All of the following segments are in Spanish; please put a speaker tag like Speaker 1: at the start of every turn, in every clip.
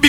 Speaker 1: me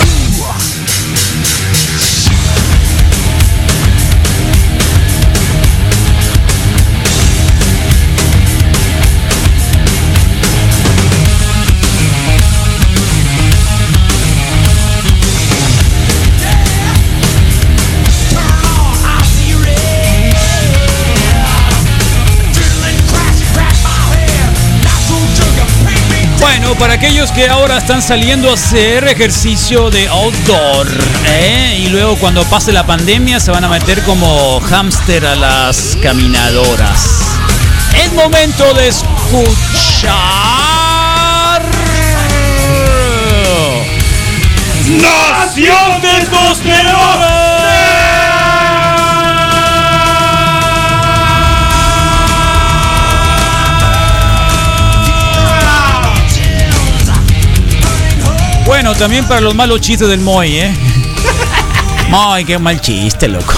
Speaker 1: Ooh. Turn on, I'll see red. Adrenaline crashing, crack my head. Not so sugar, paint me
Speaker 2: Bueno, para aquellos que ahora están saliendo a hacer ejercicio de outdoor, ¿eh? y luego cuando pase la pandemia se van a meter como hámster a las caminadoras. Es momento de escuchar. ¡Nación Bueno, también para los malos chistes del Moy, ¿eh? Ay, qué mal chiste, loco.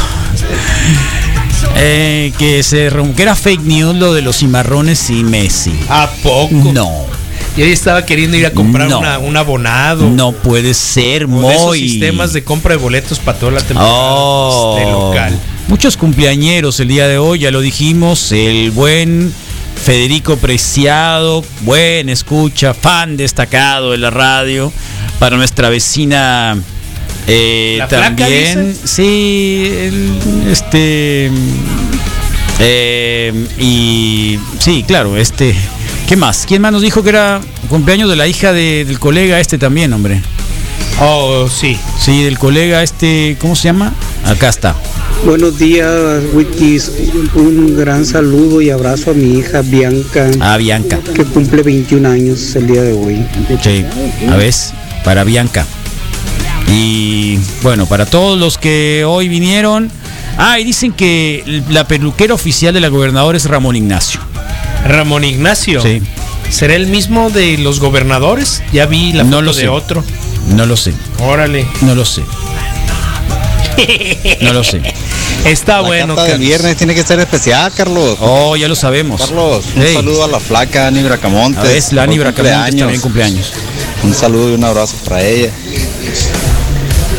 Speaker 2: Eh, que se rom- que era fake news lo de los cimarrones y Messi.
Speaker 3: ¿A poco?
Speaker 2: No,
Speaker 3: Yo ya estaba queriendo ir a comprar
Speaker 2: Mm. No.
Speaker 3: una- un abonado.
Speaker 2: no puede ser,
Speaker 3: O de esos
Speaker 2: Moy.
Speaker 3: sistemas de compra de boletos para toda la temporada
Speaker 2: Oh.
Speaker 3: este, local.
Speaker 2: Muchos cumpleañeros el día de hoy, ya lo dijimos, el buen Federico Preciado, buen escucha, fan destacado de la radio, para nuestra vecina eh,
Speaker 3: ¿La flaca,
Speaker 2: también.
Speaker 3: dices?
Speaker 2: Sí, el- este eh, y sí, claro, este. ¿Qué más? ¿Quién más nos dijo que era cumpleaños de la hija de- del colega este también, hombre?
Speaker 3: Oh, sí.
Speaker 2: Sí, del colega este, ¿cómo se llama? Acá está.
Speaker 4: Buenos días, Wikis. Un gran saludo y abrazo a mi hija Bianca,
Speaker 2: Ah, Bianca.
Speaker 4: que cumple 21 años el día de hoy.
Speaker 2: Sí, a ver, para Bianca. Y bueno, para todos los que hoy vinieron. Ah, y dicen que la peluquera oficial de la gobernadora es Ramón Ignacio.
Speaker 3: Ramón Ignacio.
Speaker 2: Sí.
Speaker 3: ¿Será el mismo de los gobernadores? Ya vi la
Speaker 2: No
Speaker 3: foto
Speaker 2: lo
Speaker 3: de
Speaker 2: sé.
Speaker 3: otro.
Speaker 2: No lo sé,
Speaker 3: Órale.
Speaker 2: no lo sé. No lo sé.
Speaker 3: Está
Speaker 5: La
Speaker 3: bueno.
Speaker 5: carta del
Speaker 3: Carlos.
Speaker 5: viernes tiene que ser especial, Carlos.
Speaker 2: Oh, ya lo sabemos.
Speaker 5: Carlos, un
Speaker 2: Ey,
Speaker 5: saludo a la flaca Ani Bracamonte.
Speaker 2: A ver, la Ani
Speaker 5: Hoy
Speaker 2: Bracamontes también cumpleaños.
Speaker 5: Un saludo y un abrazo para ella.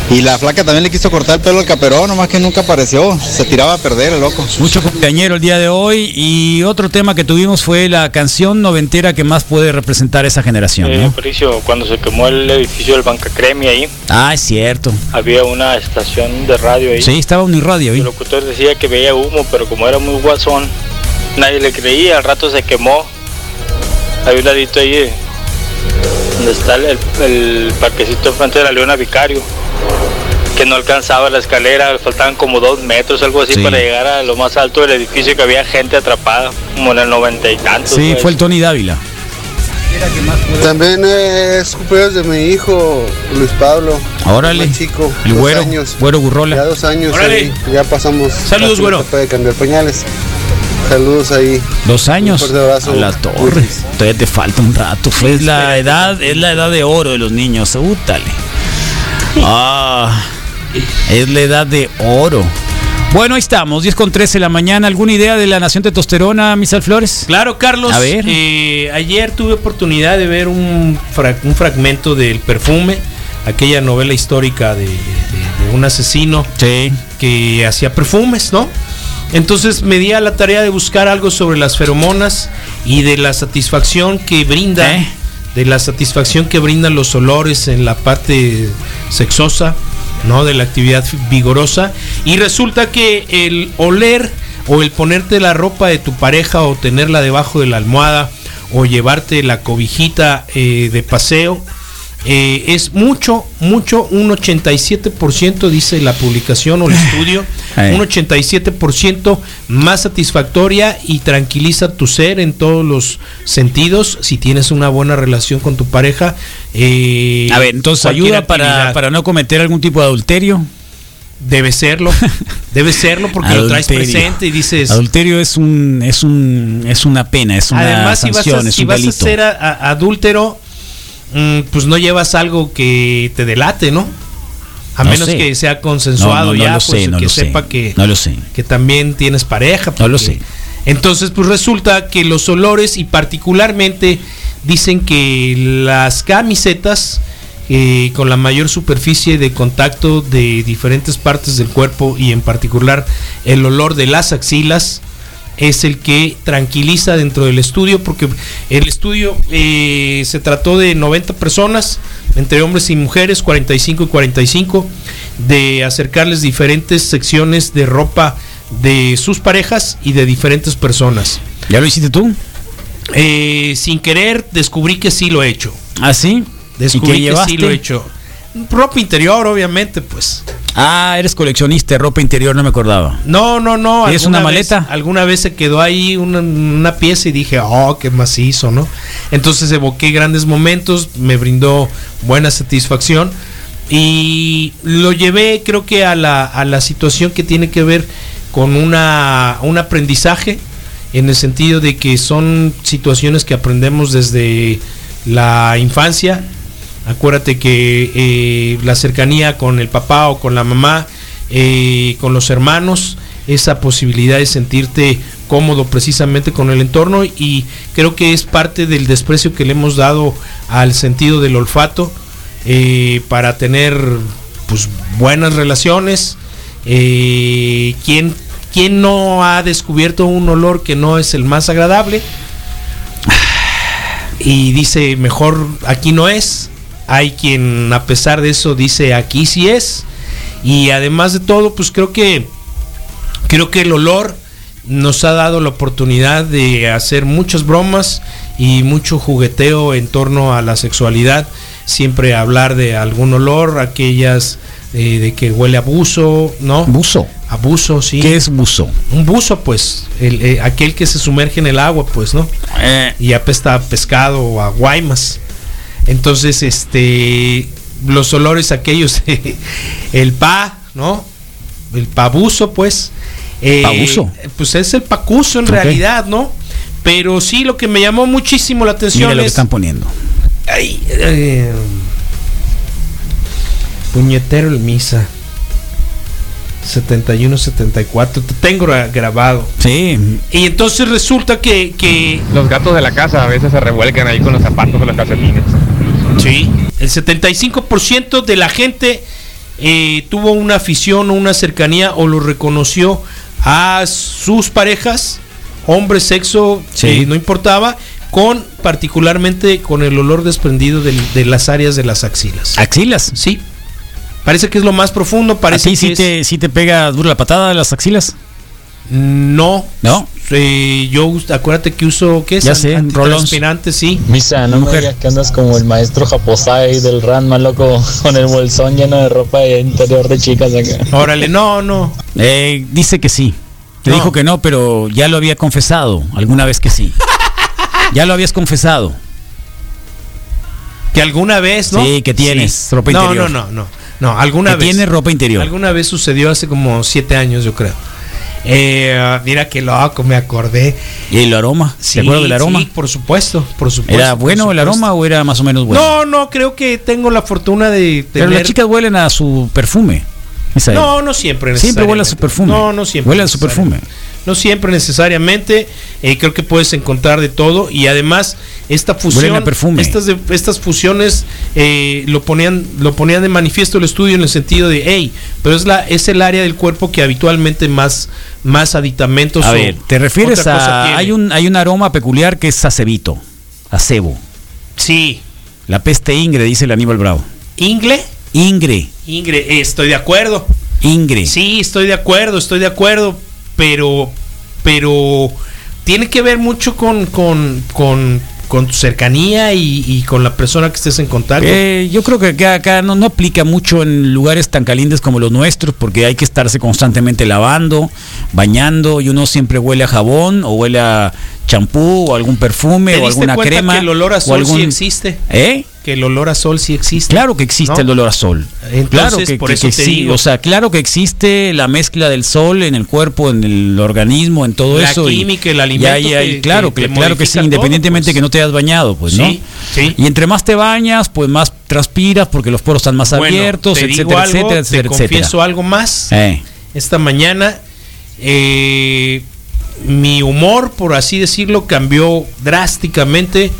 Speaker 5: Y la flaca también le quiso cortar el pelo al caperón, nomás que nunca apareció. Se tiraba a perder el loco.
Speaker 2: Mucho cumpleañero el día de hoy. Y otro tema que tuvimos fue la canción noventera que más puede representar esa generación.
Speaker 6: Eh,
Speaker 2: ¿no?
Speaker 6: Aparicio, cuando se quemó el edificio del Banca Cremi ahí,
Speaker 2: Ah, es cierto.
Speaker 6: había una estación de radio ahí.
Speaker 2: Sí, estaba Unirradio.
Speaker 6: El
Speaker 2: ¿eh?
Speaker 6: locutor decía que veía humo, pero como era muy guasón, nadie le creía, al rato se quemó. Hay un ladito ahí, eh, donde está el, el parquecito enfrente de la Leona Vicario, que no alcanzaba la escalera, le faltaban como dos metros, algo así,
Speaker 2: Sí.
Speaker 6: para llegar a lo más alto del edificio, que había gente atrapada, como en el noventa y tantos.
Speaker 2: Sí,
Speaker 6: pues.
Speaker 2: fue el Tony Dávila.
Speaker 7: También es cumpleaños de mi hijo, Luis Pablo.
Speaker 2: Órale.
Speaker 7: Más chico,
Speaker 2: El
Speaker 7: dos
Speaker 2: güero,
Speaker 7: años.
Speaker 2: güero Gurrola.
Speaker 7: Ya dos años.
Speaker 3: Órale.
Speaker 7: ahí, ya pasamos.
Speaker 3: Saludos,
Speaker 7: la
Speaker 3: güero.
Speaker 7: etapa de cambiar pañales. Saludos ahí.
Speaker 2: Dos años.
Speaker 7: Un fuerte abrazo.
Speaker 2: A la torre. Todavía te falta un rato. Fue la edad, es la edad de oro de los niños. Útale. Ah, es la edad de oro. Bueno, ahí estamos, 10 con 13 de la mañana. ¿Alguna idea de la Nación Testosterona, Misal Flores?
Speaker 3: Claro, Carlos.
Speaker 2: A ver.
Speaker 3: eh, ayer tuve oportunidad de ver un, fra- un fragmento del perfume, aquella novela histórica de, de- de- de un asesino
Speaker 2: Sí.
Speaker 3: que hacía perfumes, ¿no? Entonces me di a la tarea de buscar algo sobre las feromonas y de la satisfacción que brinda,
Speaker 2: ¿Eh?
Speaker 3: de la satisfacción que brindan los olores en la parte sexosa, ¿no? De la actividad vigorosa. Y resulta que el oler o el ponerte la ropa de tu pareja o tenerla debajo de la almohada o llevarte la cobijita eh, de paseo, eh, es mucho, mucho, un 87%, dice la publicación o el estudio,
Speaker 2: Eh.
Speaker 3: un 87% más satisfactoria y tranquiliza tu ser en todos los sentidos si tienes una buena relación con tu pareja. eh,
Speaker 2: A ver, entonces
Speaker 3: cualquier
Speaker 2: ayuda para,
Speaker 3: actividad.
Speaker 2: para no cometer algún tipo de adulterio.
Speaker 3: Debe serlo, debe serlo porque lo traes
Speaker 2: Adulterio.
Speaker 3: presente y dices...
Speaker 2: Adulterio es un es un es una pena, es una
Speaker 3: Además, si vas,
Speaker 2: sanción,
Speaker 3: a,
Speaker 2: es
Speaker 3: si
Speaker 2: un
Speaker 3: vas a
Speaker 2: delito.
Speaker 3: ser a- a- adúltero, mm, pues no llevas algo que te delate, ¿no? A
Speaker 2: No
Speaker 3: menos
Speaker 2: sé.
Speaker 3: que sea
Speaker 2: No,
Speaker 3: consensuado
Speaker 2: no, no
Speaker 3: ya,
Speaker 2: lo
Speaker 3: pues,
Speaker 2: sé, no
Speaker 3: que
Speaker 2: lo sé.
Speaker 3: sepa que,
Speaker 2: No lo sé.
Speaker 3: que también tienes pareja.
Speaker 2: No lo
Speaker 3: porque-
Speaker 2: sé.
Speaker 3: Entonces, pues resulta que los olores y particularmente dicen que las camisetas eh, con la mayor superficie de contacto de diferentes partes del cuerpo y en particular el olor de las axilas es el que tranquiliza dentro del estudio porque el estudio eh, se trató de 90 personas entre hombres y mujeres 45 y 45 de acercarles diferentes secciones de ropa de sus parejas y de diferentes personas
Speaker 2: ¿Ya lo hiciste tú?
Speaker 3: Eh, sin querer descubrí que sí lo he hecho
Speaker 2: ¿Ah, sí?
Speaker 3: Descubrí
Speaker 2: ¿Y qué
Speaker 3: que
Speaker 2: llevaste?
Speaker 3: sí lo he hecho. Ropa interior, obviamente, pues.
Speaker 2: Ah, eres coleccionista de ropa interior, no me acordaba.
Speaker 3: No, no, no.
Speaker 2: ¿Y es
Speaker 3: alguna
Speaker 2: una
Speaker 3: vez-
Speaker 2: maleta?
Speaker 3: alguna vez se quedó ahí una, una pieza y dije, oh, qué macizo, ¿no? Entonces evoqué grandes momentos, me brindó buena satisfacción y lo llevé, creo que a la, a la situación que tiene que ver con una, un aprendizaje, en el sentido de que son situaciones que aprendemos desde la infancia. Acuérdate que eh, la cercanía con el papá o con la mamá, eh, con los hermanos, esa posibilidad de sentirte cómodo precisamente con el entorno y creo que es parte del desprecio que le hemos dado al sentido del olfato eh, para tener pues buenas relaciones. Eh, ¿quién, ¿Quién no ha descubierto un olor que no es el más agradable? y dice mejor aquí no es. Hay quien a pesar de eso dice aquí sí es. Y además de todo, pues creo que creo que el olor nos ha dado la oportunidad de hacer muchas bromas y mucho jugueteo en torno a la sexualidad. Siempre hablar de algún olor, aquellas eh, de que huele a buzo, ¿no?
Speaker 2: Buzo.
Speaker 3: Abuso, sí.
Speaker 2: ¿Qué es buzo?
Speaker 3: Un buzo, pues, el, eh, aquel que se sumerge en el agua, pues, ¿no?
Speaker 2: Eh,
Speaker 3: y apesta a pescado o a guaymas. Entonces, este, los olores aquellos, el pa, ¿no? El pabuso, pues. Eh,
Speaker 2: ¿Pabuso?
Speaker 3: Pues es el pacuso en
Speaker 2: Ok.
Speaker 3: realidad, ¿no? Pero sí, lo que me llamó muchísimo la atención
Speaker 2: mira lo que
Speaker 3: es-
Speaker 2: están poniendo.
Speaker 3: Ay, eh, puñetero el misa. 71-74. Te tengo gra- grabado.
Speaker 2: Sí.
Speaker 3: Y entonces resulta que- que
Speaker 8: Los gatos de la casa a veces se revuelcan ahí con los zapatos o los calcetines.
Speaker 3: Sí. El 75% de la gente eh, tuvo una afición o una cercanía o lo reconoció a sus parejas, hombre, sexo,
Speaker 2: Sí.
Speaker 3: eh, no importaba, con particularmente con el olor desprendido del- de las áreas de las axilas.
Speaker 2: ¿Axilas?
Speaker 3: Sí. Parece que es lo más profundo,
Speaker 2: ¿A
Speaker 3: parece
Speaker 2: ti
Speaker 3: que
Speaker 2: sí
Speaker 3: es-
Speaker 2: te, sí te pega duro la patada de las axilas?
Speaker 3: no.
Speaker 2: ¿No?
Speaker 3: Eh, yo us- acuérdate que uso qué es
Speaker 2: Ya sé,
Speaker 3: Ant-
Speaker 2: roll-ons.
Speaker 3: antitranspirante, sí.
Speaker 9: Misa, no me
Speaker 2: Mujer.
Speaker 9: digas que andas como el maestro Japosai del Ranma, loco, con el bolsón lleno de ropa interior de chicas acá.
Speaker 3: Órale, no, no.
Speaker 2: Eh, dice que sí. Te
Speaker 3: No.
Speaker 2: dijo que no, pero ya lo había confesado alguna vez que sí. ya lo habías confesado.
Speaker 3: Que alguna vez, ¿no?
Speaker 2: Sí, que tienes ropa
Speaker 3: no,
Speaker 2: interior.
Speaker 3: No, no, no, no. alguna
Speaker 2: que
Speaker 3: vez.
Speaker 2: tiene ropa interior.
Speaker 3: Alguna vez sucedió hace como siete años, yo creo. Eh, mira qué loco, me acordé.
Speaker 2: ¿Y el aroma? ¿Te acuerdas del aroma?
Speaker 3: Sí, por supuesto, por supuesto.
Speaker 2: ¿Era
Speaker 3: por
Speaker 2: bueno el
Speaker 3: supuesto.
Speaker 2: aroma o era más o menos bueno?
Speaker 3: No, no, creo que tengo la fortuna de tener...
Speaker 2: pero las chicas huelen a su perfume. Misael.
Speaker 3: No, no siempre.
Speaker 2: Siempre huele a su
Speaker 3: necesariamente.
Speaker 2: perfume.
Speaker 3: No, no siempre.
Speaker 2: Huele a su perfume.
Speaker 3: necesariamente. No siempre necesariamente. Eh, creo que puedes encontrar de todo. Y además, esta fusión.
Speaker 2: Huelen a perfume.
Speaker 3: Estas, de- estas fusiones eh, lo, ponían, lo ponían de manifiesto el estudio en el sentido de, hey, pero es, la, es el área del cuerpo que habitualmente más, más aditamentos.
Speaker 2: a
Speaker 3: o
Speaker 2: ver, ¿te refieres
Speaker 3: otra cosa
Speaker 2: a...
Speaker 3: tiene.
Speaker 2: Hay un, hay un aroma peculiar que es acebito, acebo.
Speaker 3: Sí.
Speaker 2: La peste ingre, dice el Aníbal Bravo.
Speaker 3: Ingle.
Speaker 2: Ingre,
Speaker 3: Ingre, eh, estoy de acuerdo.
Speaker 2: ingre.
Speaker 3: Sí, estoy de acuerdo, estoy de acuerdo, pero, pero tiene que ver mucho con, con, con, con tu cercanía y, y con la persona que estés en contacto.
Speaker 2: Eh, yo creo que acá, acá no, no aplica mucho en lugares tan calientes como los nuestros, porque hay que estarse constantemente lavando, bañando, y uno siempre huele a jabón o huele a champú o algún perfume
Speaker 3: ¿Te
Speaker 2: o
Speaker 3: diste
Speaker 2: alguna
Speaker 3: cuenta
Speaker 2: crema.
Speaker 3: que el olor a
Speaker 2: o
Speaker 3: sol
Speaker 2: algún-
Speaker 3: sí existe?
Speaker 2: ¿Eh?
Speaker 3: Que el olor a sol sí existe.
Speaker 2: Claro que existe
Speaker 3: ¿No?
Speaker 2: el olor a sol.
Speaker 3: Entonces,
Speaker 2: claro que,
Speaker 3: por
Speaker 2: que-
Speaker 3: eso
Speaker 2: que
Speaker 3: te
Speaker 2: sí.
Speaker 3: digo.
Speaker 2: O sea, claro que existe la mezcla del sol en el cuerpo, en el organismo, en todo
Speaker 3: La
Speaker 2: eso.
Speaker 3: química, el
Speaker 2: y
Speaker 3: alimento
Speaker 2: ahí hay-
Speaker 3: que-
Speaker 2: claro,
Speaker 3: que
Speaker 2: que,
Speaker 3: te
Speaker 2: claro que sí,
Speaker 3: modifica todo,
Speaker 2: independientemente
Speaker 3: pues.
Speaker 2: que no te hayas bañado, pues, ¿no?
Speaker 3: Sí, sí.
Speaker 2: Y entre más te bañas, pues más transpiras porque los poros están más
Speaker 3: Bueno,
Speaker 2: abiertos,
Speaker 3: te digo
Speaker 2: etcétera,
Speaker 3: algo,
Speaker 2: etcétera,
Speaker 3: te
Speaker 2: etcétera,
Speaker 3: confieso
Speaker 2: etcétera.
Speaker 3: algo más.
Speaker 2: Eh,
Speaker 3: Esta mañana eh, mi humor, por así decirlo, cambió drásticamente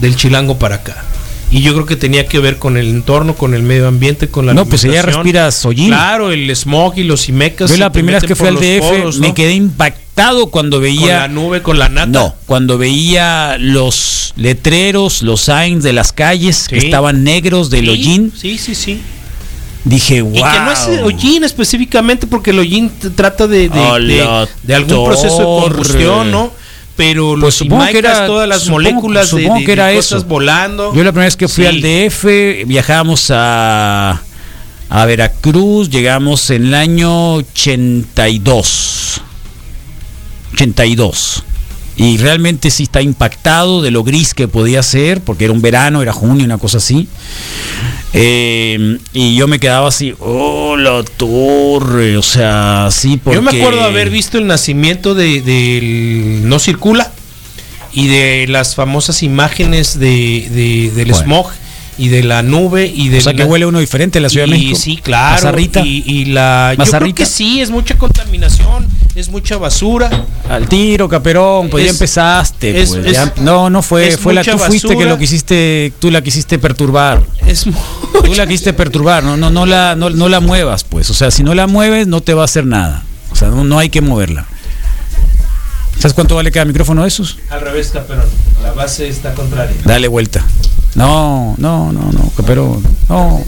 Speaker 3: del Chilango para acá. Y yo creo que tenía que ver con el entorno, con el medio ambiente, con la
Speaker 2: No, pues ella
Speaker 3: alimentación.
Speaker 2: respira soyín.
Speaker 3: Claro, el smog y los imecas.
Speaker 2: Yo
Speaker 3: se
Speaker 2: la
Speaker 3: te
Speaker 2: primera vez
Speaker 3: meten
Speaker 2: que fui
Speaker 3: por
Speaker 2: al
Speaker 3: los
Speaker 2: DF
Speaker 3: poros,
Speaker 2: me
Speaker 3: ¿no?
Speaker 2: quedé impactado cuando
Speaker 3: con la
Speaker 2: veía
Speaker 3: nube, con la nata.
Speaker 2: No, cuando veía los letreros, los signs de las calles que
Speaker 3: Sí.
Speaker 2: estaban negros del
Speaker 3: Sí,
Speaker 2: hollín,
Speaker 3: Sí, sí, sí.
Speaker 2: dije, wow.
Speaker 3: Y que no es hollín específicamente, porque el hollín t- trata de, de, de-
Speaker 2: Hola,
Speaker 3: de algún proceso de
Speaker 2: torre. Pues
Speaker 3: combustión, ¿no? Pero los
Speaker 2: supongo que
Speaker 3: imaicas,
Speaker 2: era-
Speaker 3: todas las
Speaker 2: supongo-
Speaker 3: moléculas de-
Speaker 2: supongo
Speaker 3: de,
Speaker 2: que era
Speaker 3: de
Speaker 2: eso.
Speaker 3: cosas volando.
Speaker 2: Yo la primera vez que fui
Speaker 3: Sí.
Speaker 2: al DF, viajamos a, a Veracruz, llegamos en el año 82. 82. Y realmente sí está impactado de lo gris que podía ser, porque era un verano, era junio, una cosa así. Eh, y yo me quedaba así, oh, la torre, o sea, sí, porque...
Speaker 3: Yo me acuerdo haber visto el nacimiento de, del No Circula y de las famosas imágenes de, de- del
Speaker 2: Bueno.
Speaker 3: smog y de la nube y de
Speaker 2: O sea, que
Speaker 3: la-
Speaker 2: huele uno diferente en la Ciudad de
Speaker 3: y
Speaker 2: México.
Speaker 3: sí, claro.
Speaker 2: Mazarrita.
Speaker 3: Y, y la. Yo creo
Speaker 2: Mazarrita.
Speaker 3: que sí, es mucha contaminación, es mucha basura.
Speaker 2: Al tiro, Caperón, pues ya
Speaker 3: Es-
Speaker 2: empezaste.
Speaker 3: es-
Speaker 2: pues,
Speaker 3: es-
Speaker 2: ya- no, no fue,
Speaker 3: es
Speaker 2: fue la tú
Speaker 3: mucha
Speaker 2: fuiste que
Speaker 3: basura.
Speaker 2: lo quisiste, tú la quisiste perturbar.
Speaker 3: Es
Speaker 2: Tú la quisiste perturbar, no, no, no la, no, no la muevas, pues. O sea, si no la mueves, no te va a hacer nada. O sea, no, no hay que moverla. ¿Sabes cuánto vale cada micrófono de esos?
Speaker 3: Al revés, Caperón. La base está contraria.
Speaker 2: Dale vuelta. No, no, no, no, Caperón. No.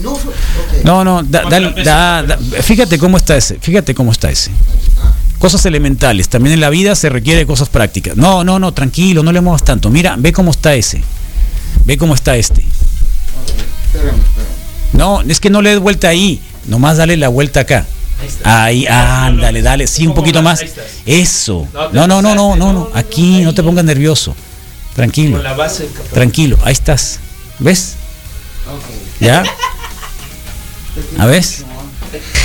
Speaker 2: No, no, da- dale- da- da- fíjate cómo está ese, fíjate cómo está ese. Cosas elementales, también en la vida se requiere cosas prácticas. No, no, no, tranquilo, no le muevas tanto. Mira, ve cómo está ese. Ve cómo está este. No, es que no le des vuelta ahí, nomás dale la vuelta acá. Ahí, ándale, dale, sí, un poquito más. Eso. No, no, no, no, no, no, aquí no te pongas nervioso. Tranquilo.
Speaker 3: base,
Speaker 2: Tranquilo, ahí estás. ¿Ves? ¿Ya? ¿A ver?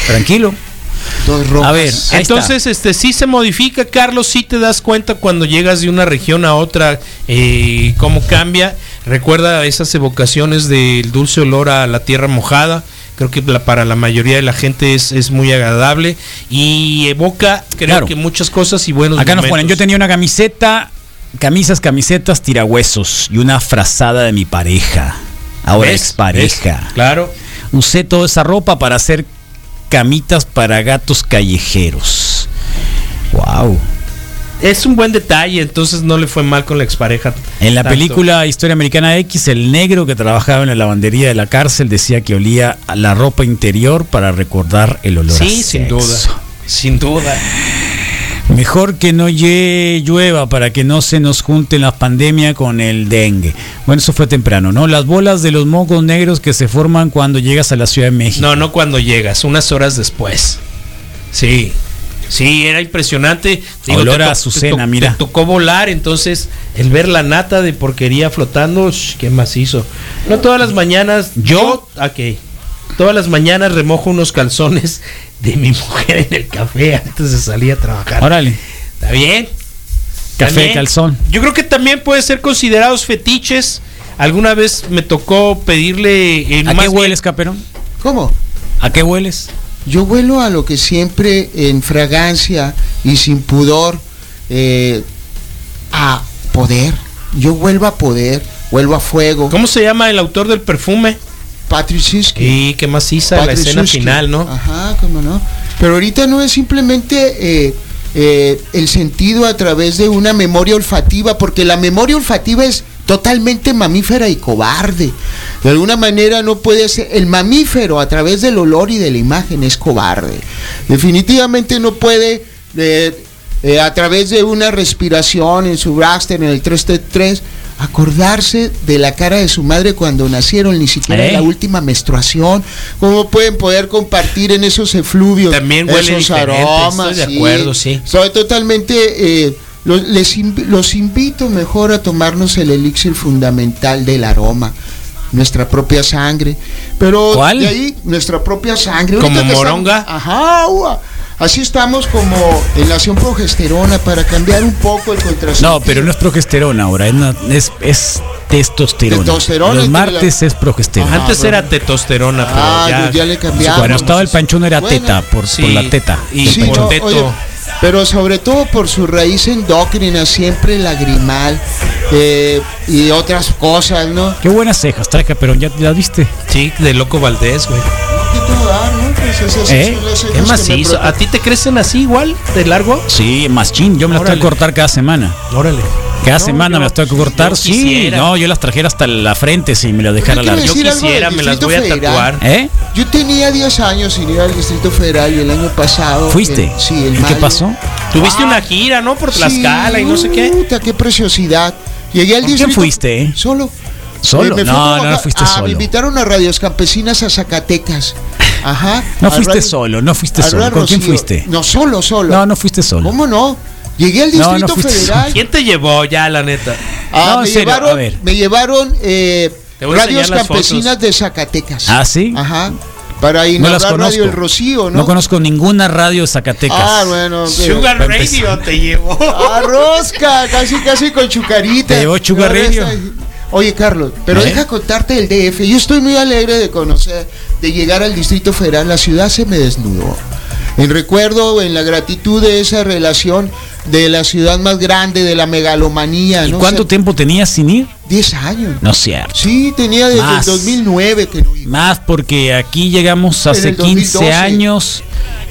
Speaker 2: Tranquilo. A ver, ahí está.
Speaker 3: Entonces, este sí se modifica, Carlos, sí te das cuenta cuando llegas de una región a otra, eh, cómo cambia. Recuerda esas evocaciones del dulce olor a la tierra mojada. Creo que la- para la mayoría de la gente es, es muy agradable y evoca, creo
Speaker 2: Claro.
Speaker 3: que muchas cosas y buenos
Speaker 2: Acá nos
Speaker 3: momentos.
Speaker 2: ponen, yo tenía una camiseta, camisas, camisetas, tirahuesos y una frazada de mi pareja. Ahora
Speaker 3: ¿Ves?
Speaker 2: expareja.
Speaker 3: ¿Ves? Claro.
Speaker 2: Usé toda esa ropa para hacer camitas para gatos callejeros. Wow.
Speaker 3: Es un buen detalle, entonces no le fue mal con la expareja.
Speaker 2: En la
Speaker 3: Tanto.
Speaker 2: película Historia Americana X, el negro que trabajaba en la lavandería de la cárcel decía que olía a la ropa interior para recordar el olor. a
Speaker 3: Sí, sin
Speaker 2: sexo.
Speaker 3: duda. Sin duda.
Speaker 2: Mejor que no lle- llueva para que no se nos junten la pandemia con el dengue. Bueno, eso fue temprano, ¿no? Las bolas de los mocos negros que se forman cuando llegas a la Ciudad de México.
Speaker 3: No, no cuando llegas, unas horas después. Sí. Sí, era impresionante.
Speaker 2: Olor a
Speaker 3: to-
Speaker 2: azucena,
Speaker 3: te to-
Speaker 2: mira.
Speaker 3: te tocó volar, entonces el ver la nata de porquería flotando, sh, qué macizo. No todas las mañanas. ah,
Speaker 2: ¿Yo?
Speaker 3: Ok. Todas las mañanas remojo unos calzones de mi mujer en el café antes de salir a trabajar.
Speaker 2: Órale.
Speaker 3: ¿Está bien?
Speaker 2: Café,
Speaker 3: También-
Speaker 2: calzón.
Speaker 3: Yo creo que también puede ser considerados fetiches. Alguna vez me tocó pedirle. eh,
Speaker 2: ¿A
Speaker 3: más
Speaker 2: qué
Speaker 3: bien-
Speaker 2: hueles, Caperón?
Speaker 10: ¿Cómo?
Speaker 2: ¿A qué hueles?
Speaker 10: Yo vuelo a lo que siempre en fragancia y sin pudor eh, a poder. Yo vuelvo a poder, vuelvo a fuego.
Speaker 3: ¿Cómo se llama el autor del perfume?
Speaker 10: Patrick Siski.
Speaker 3: Y qué maciza la
Speaker 10: Patrick Ah,
Speaker 3: escena
Speaker 10: Susskind.
Speaker 3: final, ¿no?
Speaker 10: Ajá, cómo no. Pero ahorita no es simplemente eh, eh, el sentido a través de una memoria olfativa, porque la memoria olfativa es totalmente mamífera y cobarde. De alguna manera no puede ser. El mamífero a través del olor y de la imagen es cobarde. Definitivamente no puede. eh, eh, a través de una respiración en su blaster, en el 333, acordarse de la cara de su madre cuando nacieron, ni siquiera
Speaker 2: Ey.
Speaker 10: la última menstruación. ¿Cómo pueden poder compartir en esos efluvios?
Speaker 3: También huele
Speaker 10: esos
Speaker 3: diferente,
Speaker 10: aromas.
Speaker 3: estoy de acuerdo, sí.
Speaker 10: Soy totalmente. eh, los, les invi- los invito mejor a tomarnos el elixir fundamental del aroma. Nuestra propia sangre. Pero
Speaker 2: ¿Cuál?
Speaker 10: de ahí, nuestra propia sangre.
Speaker 3: ¿Como
Speaker 10: Ahorita que estamos-
Speaker 3: moronga?
Speaker 10: Ajá, ua. Así estamos como en la acción progesterona para cambiar un poco el contraste.
Speaker 2: No, pero no es progesterona ahora, es, una- es, es testosterona.
Speaker 10: Testosterona,
Speaker 2: Los
Speaker 10: entre
Speaker 2: martes es progesterona.
Speaker 3: Antes
Speaker 10: bueno.
Speaker 3: era testosterona, pero
Speaker 10: Ah,
Speaker 3: ya.
Speaker 10: ya, ya le cambiamos.
Speaker 2: Cuando estaba el panchón era
Speaker 10: Bueno,
Speaker 2: teta, por,
Speaker 3: sí,
Speaker 2: por la teta.
Speaker 3: Y
Speaker 10: Sí,
Speaker 3: por
Speaker 10: no,
Speaker 3: teto.
Speaker 10: oye, pero sobre todo por su raíz endócrina, siempre lagrimal eh, y otras cosas, ¿no?
Speaker 2: Qué buenas cejas trae Caperón, ¿ya las viste?
Speaker 3: Sí, de Loco Valdés, güey.
Speaker 10: ¿Qué te va a dar, no? Pues esas
Speaker 2: ¿Eh?
Speaker 10: son las cejas
Speaker 3: Qué
Speaker 10: que me
Speaker 3: macizo.
Speaker 10: protegen.
Speaker 3: ¿A ti te crecen así igual, de largo?
Speaker 2: Sí, más chin, yo me las tengo
Speaker 3: Órale.
Speaker 2: que cortar cada semana.
Speaker 3: Órale.
Speaker 2: Cada
Speaker 3: No,
Speaker 2: semana
Speaker 3: yo-
Speaker 2: me las tengo que cortar.
Speaker 3: yo
Speaker 2: Sí,
Speaker 3: quisiera.
Speaker 2: no, yo las trajera hasta la frente si me las dejara
Speaker 10: Yo
Speaker 2: largas.
Speaker 10: quiero
Speaker 3: Yo
Speaker 10: decir algo
Speaker 3: quisiera,
Speaker 10: del
Speaker 3: me las
Speaker 10: Distrito
Speaker 3: voy a
Speaker 10: Federal.
Speaker 3: tatuar.
Speaker 2: ¿Eh?
Speaker 10: Yo tenía 10 años sin ir al Distrito Federal y el año pasado.
Speaker 2: ¿Fuiste?
Speaker 10: eh, sí, el
Speaker 2: ¿Y qué
Speaker 10: mayo.
Speaker 2: pasó?
Speaker 3: Tuviste una gira, ¿no? Por Tlaxcala y no sé qué.
Speaker 10: Puta, qué preciosidad. Llegué al
Speaker 2: ¿Con quién
Speaker 10: distrito-
Speaker 2: fuiste, eh?
Speaker 10: Solo.
Speaker 2: ¿Solo?
Speaker 10: Eh, me fui
Speaker 2: No,
Speaker 10: a
Speaker 2: no, no
Speaker 10: Oaxaca-
Speaker 2: fuiste
Speaker 10: ah,
Speaker 2: solo.
Speaker 10: Me invitaron a Radios Campesinas a Zacatecas. Ajá.
Speaker 2: No
Speaker 10: a
Speaker 2: fuiste
Speaker 10: Radio-
Speaker 2: solo, no fuiste
Speaker 10: a
Speaker 2: solo.
Speaker 10: Radio
Speaker 2: ¿Con quién
Speaker 10: Rocío.
Speaker 2: fuiste?
Speaker 10: No, solo, solo.
Speaker 2: No, no fuiste solo.
Speaker 10: ¿Cómo no? Llegué al
Speaker 2: No, no
Speaker 10: Distrito
Speaker 2: fuiste
Speaker 10: Federal.
Speaker 3: ¿Quién te llevó ya, la neta?
Speaker 10: Ah,
Speaker 2: No, en
Speaker 10: me,
Speaker 2: serio,
Speaker 10: llevaron,
Speaker 2: a ver.
Speaker 10: me llevaron eh,
Speaker 3: Te voy a
Speaker 10: Radios
Speaker 3: enseñar las
Speaker 10: Campesinas
Speaker 3: fotos.
Speaker 10: de Zacatecas.
Speaker 2: ¿Ah, sí?
Speaker 10: Ajá. Para
Speaker 2: No
Speaker 10: inaugurar
Speaker 2: las conozco.
Speaker 10: Radio El Rocío, ¿no?
Speaker 2: No conozco ninguna radio de Zacatecas.
Speaker 10: Ah, bueno. pero-
Speaker 3: Sugar
Speaker 2: Para empezar.
Speaker 3: Radio te llevó.
Speaker 10: Ah, rosca, casi casi con chucarita.
Speaker 2: Te llevó Sugar
Speaker 10: Ahora
Speaker 2: Radio.
Speaker 10: está- Oye, Carlos, pero
Speaker 2: ¿Eh?
Speaker 10: deja contarte el DF. Yo estoy muy alegre de conocer, de llegar al Distrito Federal. La ciudad se me desnudó. En recuerdo, en la gratitud de esa relación de la ciudad más grande, de la megalomanía.
Speaker 2: ¿Y
Speaker 10: ¿no?
Speaker 2: cuánto
Speaker 10: O sea,
Speaker 2: tiempo tenías sin ir?
Speaker 10: 10 años.
Speaker 2: No es cierto.
Speaker 10: Sí, tenía desde
Speaker 2: Más.
Speaker 10: el 2009 que no iba.
Speaker 2: Más porque aquí llegamos hace
Speaker 10: el
Speaker 2: 15
Speaker 10: 2012.
Speaker 2: años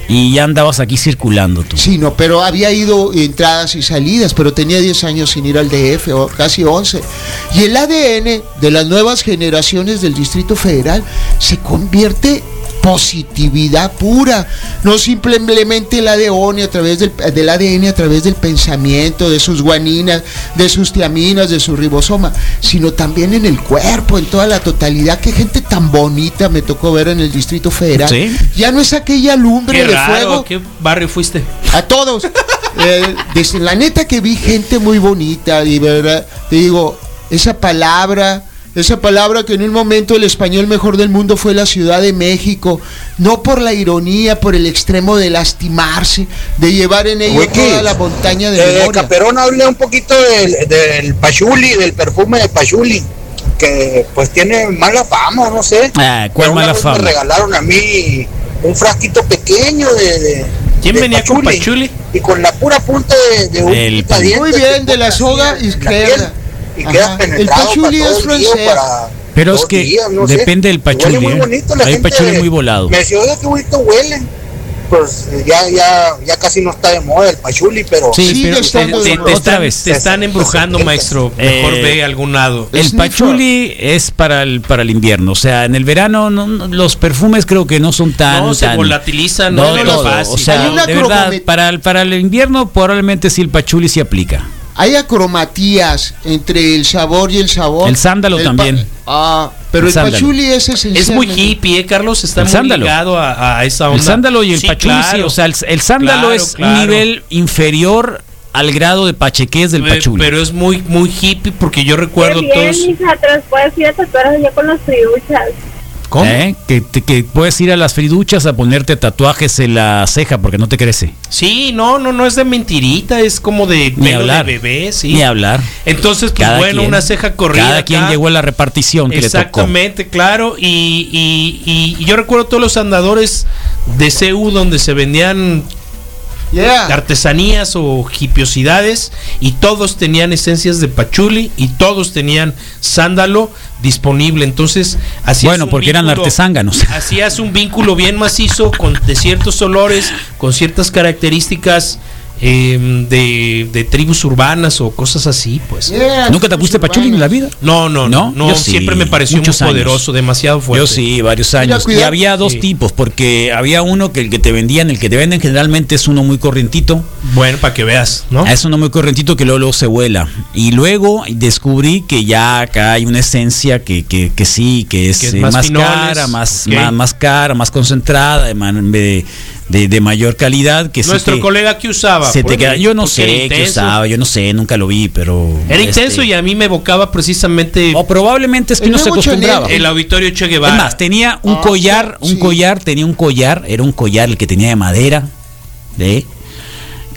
Speaker 2: y ya andabas aquí circulando tú.
Speaker 10: Sí, no, pero había ido entradas y salidas, pero tenía 10 años sin ir al DF, o casi 11. Y el ADN de las nuevas generaciones del Distrito Federal se convierte positividad pura, no simplemente el ADN a través del, del ADN a través del pensamiento, de sus guaninas, de sus tiaminas, de su ribosoma, sino también en el cuerpo, en toda la totalidad. Qué gente tan bonita me tocó ver en el Distrito Federal.
Speaker 2: Sí.
Speaker 10: Ya no es aquella lumbre
Speaker 3: Qué
Speaker 10: de
Speaker 3: raro,
Speaker 10: fuego
Speaker 3: ¿qué barrio fuiste?
Speaker 10: a todos. Eh, desde- la neta que vi gente muy bonita y verdad, te digo, esa palabra, esa palabra que en un momento el español mejor del mundo fue la Ciudad de México, no por la ironía, por el extremo de lastimarse, de llevar en ello
Speaker 11: Wiki,
Speaker 10: toda la montaña de
Speaker 11: Eh,
Speaker 10: memoria.
Speaker 11: Caperón habla un poquito del, del pachuli, del perfume de pachuli, que pues tiene mala fama, no sé.
Speaker 2: Ah, ¿cuál
Speaker 11: Pero una
Speaker 2: mala
Speaker 11: vez
Speaker 2: fama?
Speaker 11: Me regalaron a mí un frasquito pequeño de. de-
Speaker 3: ¿Quién
Speaker 11: de
Speaker 3: venía con pachuli?
Speaker 11: Y con la pura punta de, de un
Speaker 2: El-
Speaker 11: picadientes
Speaker 10: Muy
Speaker 11: te
Speaker 10: bien, de la
Speaker 11: pones
Speaker 10: soga
Speaker 11: así en la
Speaker 10: izquierda.
Speaker 11: piel Y
Speaker 10: Ajá.
Speaker 11: queda
Speaker 10: El
Speaker 11: penetrado
Speaker 10: pachuli
Speaker 11: para
Speaker 10: es
Speaker 11: todo el día,
Speaker 10: francés.
Speaker 11: para
Speaker 2: Pero es
Speaker 11: dos
Speaker 2: que
Speaker 11: días, no sé.
Speaker 2: depende del
Speaker 11: Huele
Speaker 2: pachuli,
Speaker 11: muy
Speaker 2: ¿eh?
Speaker 11: bonito, la
Speaker 2: Hay
Speaker 11: gente
Speaker 2: pachuli muy volado.
Speaker 11: Me decía, oye, qué bonito huele. Pues ya, ya, ya casi no está de moda el pachuli, pero
Speaker 2: Sí,
Speaker 10: Sigue
Speaker 2: pero-
Speaker 10: estando
Speaker 2: Sí,
Speaker 10: de
Speaker 3: Te,
Speaker 2: no,
Speaker 10: moda.
Speaker 3: te
Speaker 2: otra
Speaker 3: están,
Speaker 2: vez.
Speaker 3: te están embrujando, maestro. Mejor
Speaker 2: Eh,
Speaker 3: ve a algún lado.
Speaker 2: El
Speaker 10: Sniffer.
Speaker 2: pachuli es para el, para el invierno, o sea, en el verano no- no, los perfumes creo que no son tan...
Speaker 3: No, se
Speaker 2: tan-
Speaker 3: volatilizan,
Speaker 2: no,
Speaker 3: no, pero
Speaker 2: todo,
Speaker 3: fácil.
Speaker 2: o sea,
Speaker 10: Hay una
Speaker 2: de verdad,
Speaker 10: cronomet-
Speaker 2: para el, para el invierno probablemente sí el pachuli sí aplica.
Speaker 10: Hay acromatías entre el sabor y el sabor.
Speaker 2: El sándalo
Speaker 10: pa-
Speaker 2: también.
Speaker 10: Ah, pero
Speaker 2: El
Speaker 10: el,
Speaker 2: sándalo.
Speaker 10: pachuli es esencial.
Speaker 3: es muy hippie, ¿eh, Carlos? Está
Speaker 2: El
Speaker 3: muy
Speaker 2: sándalo.
Speaker 3: ligado a, a esa onda.
Speaker 2: El sándalo y el
Speaker 3: Sí,
Speaker 2: pachuli, sí,
Speaker 3: claro.
Speaker 2: o sea, el, el sándalo
Speaker 3: Claro,
Speaker 2: es
Speaker 3: claro.
Speaker 2: un nivel inferior al grado de pachequés del
Speaker 3: Eh,
Speaker 2: pachuli.
Speaker 3: Pero es muy, muy hippie porque yo recuerdo
Speaker 12: Qué bien,
Speaker 3: todos.
Speaker 12: mija, te los puedes ir a tatuar allá con los tribuchas.
Speaker 2: ¿Cómo? ¿Eh? Que, te- que puedes ir a las friduchas a ponerte tatuajes en la ceja porque no te crece.
Speaker 3: Sí, no, no, no es de mentirita, es como
Speaker 2: Ni
Speaker 3: de pelo
Speaker 2: hablar.
Speaker 3: de bebé, sí.
Speaker 2: Ni hablar.
Speaker 3: Entonces, pues
Speaker 2: Cada
Speaker 3: bueno,
Speaker 2: quien-
Speaker 3: una ceja corrida.
Speaker 2: Cada quien
Speaker 3: acá.
Speaker 2: llegó a la repartición que le tocó.
Speaker 3: Exactamente, claro. Y, y- y- y yo recuerdo todos los andadores de CU donde se vendían
Speaker 10: Yeah.
Speaker 3: artesanías o hipiosidades y todos tenían esencias de pachuli y todos tenían sándalo disponible. Entonces, así
Speaker 2: Bueno, porque eran artesánganos.
Speaker 3: Hacías un vínculo bien macizo con de ciertos olores, con ciertas características eh, de, de tribus urbanas o cosas así, pues.
Speaker 10: Yeah,
Speaker 2: ¿Nunca te pusiste pachuli en la vida?
Speaker 3: No, no,
Speaker 2: ¿No?
Speaker 3: no, no,
Speaker 2: Yo sí,
Speaker 3: siempre me pareció muy
Speaker 2: muchos años.
Speaker 3: poderoso, demasiado fuerte.
Speaker 2: Yo sí, varios años. Y
Speaker 10: cuidado.
Speaker 2: había dos
Speaker 3: Sí.
Speaker 2: tipos, porque había uno que el que te vendían, el que te venden generalmente es uno muy corrientito.
Speaker 3: Bueno, para que veas, ¿no?
Speaker 2: Ah, Es uno muy corrientito que luego, luego se vuela. Y luego descubrí que ya acá hay una esencia que, que, que sí, que es,
Speaker 3: Que es
Speaker 2: eh, más,
Speaker 3: más finoles,
Speaker 2: cara, más,
Speaker 3: ok.
Speaker 2: más, más cara, más concentrada, de, man- de, de- de mayor calidad. Que sí
Speaker 3: Nuestro
Speaker 2: te-
Speaker 3: colega que usaba.
Speaker 2: se te
Speaker 3: pues,
Speaker 2: queda. Yo no
Speaker 3: porque
Speaker 2: sé
Speaker 3: era
Speaker 2: qué
Speaker 3: intenso.
Speaker 2: usaba, yo no sé, nunca lo vi, pero.
Speaker 3: Era intenso
Speaker 2: este,
Speaker 3: y a mí me evocaba precisamente
Speaker 2: O probablemente es que
Speaker 10: El
Speaker 2: no se
Speaker 10: nuevo Chanel,
Speaker 2: acostumbraba.
Speaker 3: el auditorio Che
Speaker 2: Es
Speaker 3: Guevara.
Speaker 2: más, tenía un
Speaker 10: Ah,
Speaker 2: collar,
Speaker 10: sí,
Speaker 2: un
Speaker 10: sí.
Speaker 2: collar, tenía un collar, era un collar el que tenía de madera, ¿de?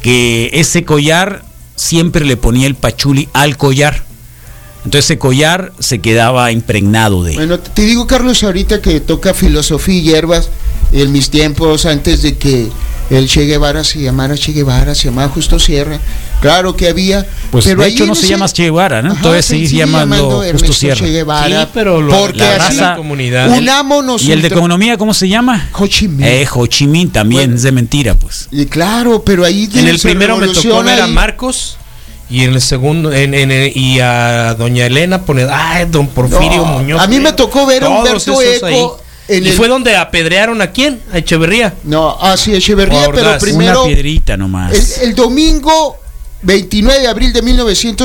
Speaker 2: que ese collar siempre le ponía el pachuli al collar. Entonces ese collar se quedaba impregnado de.
Speaker 10: Bueno, te digo, Carlos, ahorita que toca filosofía y hierbas, en mis tiempos antes de que El Che Guevara se llamara Che Guevara, se llamaba Justo Sierra. Claro que había.
Speaker 2: Pues
Speaker 10: pero
Speaker 2: de
Speaker 10: ahí
Speaker 2: hecho
Speaker 10: en
Speaker 2: no se
Speaker 10: ese-
Speaker 2: llama Che Guevara, ¿no?
Speaker 10: Ajá,
Speaker 2: Entonces
Speaker 10: se
Speaker 2: sí
Speaker 10: sigue llamando
Speaker 2: llamando
Speaker 10: Ernesto
Speaker 2: Justo Sierra.
Speaker 10: Che Guevara,
Speaker 2: Sí, pero lo-
Speaker 10: porque
Speaker 2: la
Speaker 10: así-
Speaker 2: raza-
Speaker 10: Unámonos.
Speaker 2: ¿Y el de
Speaker 10: entre-
Speaker 2: economía cómo se llama?
Speaker 10: Ho Chi Minh.
Speaker 2: Eh, Ho Chi Minh también, es de mentira, pues.
Speaker 10: Y claro, pero ahí
Speaker 3: En el
Speaker 10: se
Speaker 3: primero me tocó
Speaker 10: revoluciona
Speaker 3: ver a
Speaker 10: y-
Speaker 3: Marcos y en el segundo en, en- en- y a doña Elena poner, ay, don Porfirio
Speaker 10: No,
Speaker 3: Muñoz. eh,
Speaker 10: a mí me tocó ver a
Speaker 3: Todos
Speaker 10: Humberto
Speaker 3: esos
Speaker 10: Eco
Speaker 3: ahí.
Speaker 10: en
Speaker 3: y
Speaker 10: el-
Speaker 3: fue donde apedrearon a quién? A Echeverría.
Speaker 10: No, así Echeverría,
Speaker 3: O
Speaker 10: pero
Speaker 3: Ordaz.
Speaker 10: primero
Speaker 2: Una piedrita nomás.
Speaker 10: El, el domingo 29 de abril de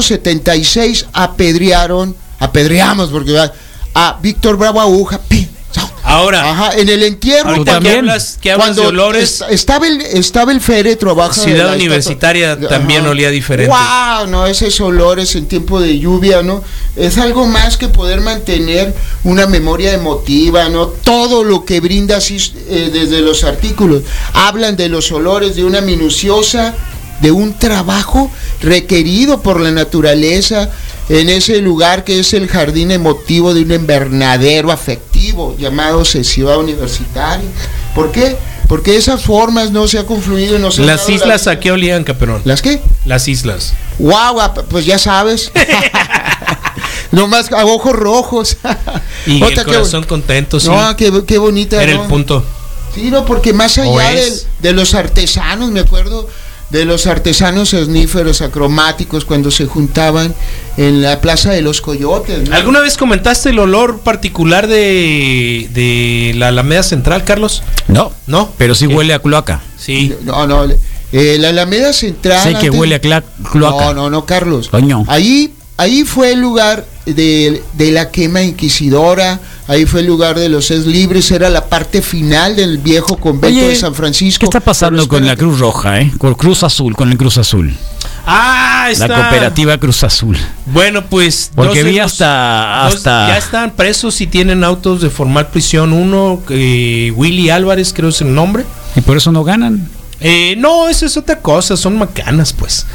Speaker 10: 1976 apedrearon, apedreamos porque va- a Víctor Bravo Aguja. pi, sa-
Speaker 3: Ahora,
Speaker 10: Ajá, en el entierro
Speaker 3: ahorita que hablas, que hablas de
Speaker 10: cuando
Speaker 3: olores,
Speaker 10: es- estaba el estaba el féretro abajo de
Speaker 3: Ciudad
Speaker 10: la
Speaker 3: Universitaria
Speaker 10: estatua.
Speaker 3: también
Speaker 10: Ajá.
Speaker 3: olía diferente.
Speaker 10: Guau, Ah, no esos olores en tiempo de lluvia, ¿no? Es algo más que poder mantener una memoria emotiva, ¿no? Todo lo que brinda así, eh, desde los artículos. Hablan de los olores de una minuciosa de un trabajo requerido por la naturaleza en ese lugar que es el jardín emotivo de un invernadero afectivo llamado Ciudad Universitaria. ¿Por qué? Porque esas formas no se han confluido, no se han
Speaker 3: las
Speaker 10: dado la
Speaker 3: islas a qué olían, Caperón?
Speaker 10: ¿Las qué?
Speaker 3: Las islas.
Speaker 10: Guau, ah, pues ya sabes. Nomás a ojos rojos.
Speaker 3: Y
Speaker 10: Otra
Speaker 3: el
Speaker 10: que-
Speaker 3: corazón contento, sí.
Speaker 10: No, qué, qué bonita.
Speaker 3: Era
Speaker 10: ¿no?
Speaker 3: el punto.
Speaker 10: Sí, no, porque más
Speaker 3: ¿O
Speaker 10: allá del-
Speaker 3: es?
Speaker 10: de, los artesanos, me acuerdo, de los artesanos esníferos, acromáticos, cuando se juntaban en la Plaza de los Coyotes. ¿no?
Speaker 3: ¿Alguna vez comentaste el olor particular de, de la Alameda Central, Carlos?
Speaker 2: No,
Speaker 3: ¿No?
Speaker 2: pero sí huele a cloaca.
Speaker 3: Sí.
Speaker 10: No, no. eh, la Alameda Central.
Speaker 2: Sé que
Speaker 10: antes-
Speaker 2: huele a cla-
Speaker 10: No,
Speaker 2: cloaca.
Speaker 10: no, no, Carlos.
Speaker 2: Coño.
Speaker 10: Ahí, ahí fue el lugar de, de la quema inquisidora, ahí fue el lugar de los es libres, era la parte final del viejo convento
Speaker 2: Oye,
Speaker 10: de San
Speaker 2: ¿Qué
Speaker 10: Francisco.
Speaker 2: está pasando con la Cruz Roja, eh? Con Cruz Azul, con el Cruz Azul.
Speaker 3: Ah, está.
Speaker 2: La cooperativa Cruz Azul.
Speaker 3: Bueno, pues.
Speaker 2: Porque
Speaker 3: dos
Speaker 2: vi
Speaker 3: de los-
Speaker 2: hasta
Speaker 3: dos-
Speaker 2: hasta
Speaker 3: Ya están presos y tienen autos de formal prisión. Uno, eh, Willy Álvarez, creo es el nombre.
Speaker 2: y por eso no ganan.
Speaker 3: Eh, no, esa es otra cosa, son macanas, pues.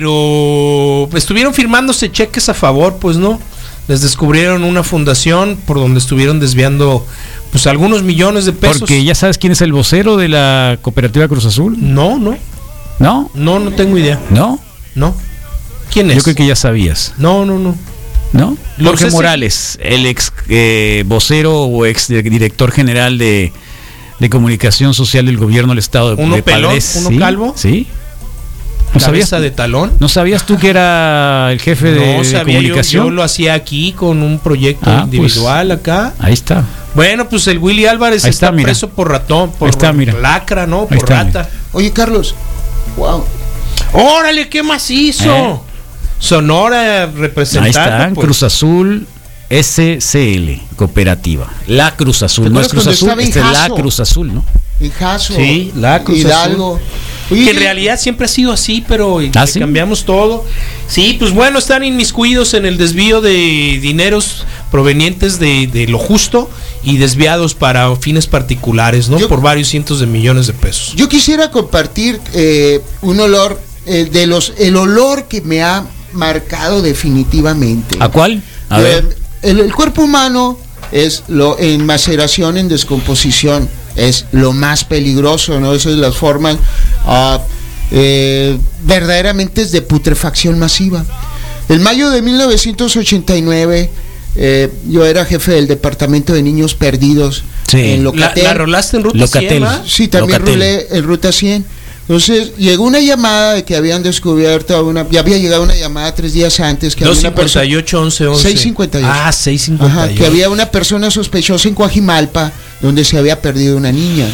Speaker 3: Pero estuvieron firmándose cheques a favor, pues no. Les descubrieron una fundación por donde estuvieron desviando, pues algunos millones de pesos.
Speaker 2: Porque ya sabes quién es el vocero de la cooperativa Cruz Azul,
Speaker 3: No, no,
Speaker 2: ¿no?
Speaker 3: no, no tengo idea.
Speaker 2: ¿No?
Speaker 3: No. ¿Quién es?
Speaker 2: Yo creo que ya sabías,
Speaker 3: No, no, no.
Speaker 2: ¿no?
Speaker 3: Los
Speaker 2: Jorge
Speaker 3: ese-
Speaker 2: Morales, el ex eh, vocero o ex de- director general de, de comunicación social del gobierno del estado de,
Speaker 3: Uno
Speaker 2: de
Speaker 3: pelón,
Speaker 2: Padres,
Speaker 3: uno
Speaker 2: ¿sí?
Speaker 3: calvo.
Speaker 2: ¿Sí? ¿No sabías,
Speaker 3: Cabeza de talón.
Speaker 2: ¿No sabías tú que era el jefe de,
Speaker 3: no
Speaker 2: de
Speaker 3: sabía yo,
Speaker 2: comunicación?
Speaker 3: yo lo hacía aquí con un proyecto
Speaker 2: Ah, pues.
Speaker 3: individual acá.
Speaker 2: Ahí está.
Speaker 3: Bueno, pues el Willy Álvarez
Speaker 2: Ahí
Speaker 3: está,
Speaker 2: está, mira.
Speaker 3: preso por ratón, por
Speaker 2: Ahí está, mira.
Speaker 3: lacra, ¿no? Por
Speaker 2: Ahí está,
Speaker 3: rata.
Speaker 10: Oye, Carlos, wow.
Speaker 3: ¡Órale, qué macizo!
Speaker 2: Eh.
Speaker 3: Sonora
Speaker 2: Ahí
Speaker 3: representante.
Speaker 2: está,
Speaker 3: pues.
Speaker 2: Cruz Azul SCL, cooperativa. La Cruz
Speaker 10: ¿Te
Speaker 2: Azul, no es
Speaker 10: acuerdas
Speaker 2: Cruz
Speaker 10: cuando
Speaker 2: Azul,
Speaker 10: estaba
Speaker 2: esta es la
Speaker 10: Ijazo?
Speaker 2: Cruz Azul, ¿no?
Speaker 10: Hijazo.
Speaker 3: Sí, la Cruz
Speaker 10: Hidalgo. Oye,
Speaker 3: Que en realidad siempre ha sido así, pero
Speaker 2: ¿Ah,
Speaker 3: le
Speaker 2: sí?
Speaker 3: cambiamos todo. Sí, pues bueno, están inmiscuidos en el desvío de dineros provenientes de, de lo justo y desviados para fines particulares, ¿no?
Speaker 10: Yo-
Speaker 3: Por varios cientos de millones de pesos.
Speaker 10: Yo quisiera compartir eh, un olor eh, de los, el olor que me ha marcado definitivamente.
Speaker 2: ¿A cuál? A
Speaker 10: Eh,
Speaker 2: ver.
Speaker 10: El, el cuerpo humano es lo en maceración, en descomposición, es lo más peligroso, ¿no? Esas son las formas ah, eh, verdaderamente es de putrefacción masiva. El mayo de 1989, eh, yo era jefe del departamento de niños perdidos
Speaker 2: Sí.
Speaker 10: en
Speaker 3: La,
Speaker 10: Locatel.
Speaker 3: la rolaste en ruta
Speaker 2: Locatel.
Speaker 3: Siem, ¿ah?
Speaker 10: Sí, también
Speaker 2: Locatel.
Speaker 10: rulé en ruta 100. Entonces llegó una llamada de que habían descubierto a una, ya había llegado una llamada tres días antes que había una persona-
Speaker 3: 258 11 11.
Speaker 10: 6.58.
Speaker 3: Ah,
Speaker 10: Ajá,
Speaker 3: 658.
Speaker 10: que había una persona sospechosa en Coajimalpa donde se había perdido una niña.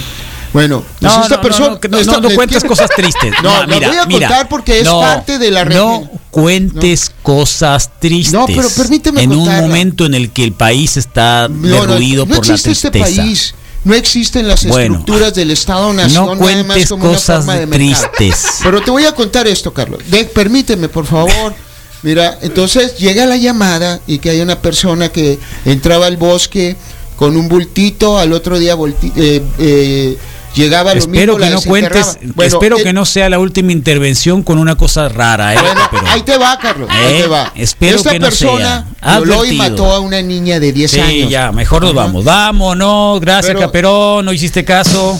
Speaker 10: Bueno, pues
Speaker 2: No,
Speaker 10: esta
Speaker 2: no,
Speaker 10: persona.
Speaker 2: no, no, no,
Speaker 10: esta-
Speaker 2: no, no
Speaker 10: le-
Speaker 2: cuentes cosas tristes.
Speaker 10: No, la voy a contar porque es parte de la
Speaker 2: No
Speaker 10: realidad.
Speaker 2: cuentes cosas tristes.
Speaker 10: No, pero permíteme
Speaker 2: En
Speaker 10: contarla.
Speaker 2: un momento en el que el país está
Speaker 10: No, no,
Speaker 2: derruido
Speaker 10: no
Speaker 2: por la
Speaker 10: existe este
Speaker 2: tristeza.
Speaker 10: país. No existen las
Speaker 2: Bueno,
Speaker 10: estructuras del Estado-Nación.
Speaker 2: no
Speaker 10: nada
Speaker 2: cuentes
Speaker 10: más como una
Speaker 2: cosas
Speaker 10: forma de mercado.
Speaker 2: tristes.
Speaker 10: Pero te voy a contar esto, Carlos. De- permíteme, por favor. Mira, entonces llega la llamada y que hay una persona que entraba al bosque con un bultito, al otro día volti- eh, eh, llegaba lo
Speaker 2: espero
Speaker 10: mismo,
Speaker 2: que
Speaker 10: la
Speaker 2: no cuentes,
Speaker 10: desenterraba. Bueno,
Speaker 2: espero
Speaker 10: eh,
Speaker 2: que no sea la última intervención con una cosa rara. ¿eh?
Speaker 10: bueno,
Speaker 2: Pero-
Speaker 10: ahí te va, Carlos. ahí
Speaker 2: Eh,
Speaker 10: te va.
Speaker 2: espero
Speaker 10: Esta
Speaker 2: que no
Speaker 10: persona
Speaker 2: sea.
Speaker 10: violó y
Speaker 2: Advertido.
Speaker 10: mató a una niña de 10
Speaker 2: Sí,
Speaker 10: años.
Speaker 2: ya, mejor nos
Speaker 10: Ajá.
Speaker 2: vamos. Vámonos, gracias
Speaker 10: Pero-
Speaker 2: Caperón, no hiciste caso.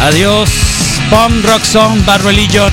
Speaker 2: Adiós. Punk Rock Song, Barrelillo.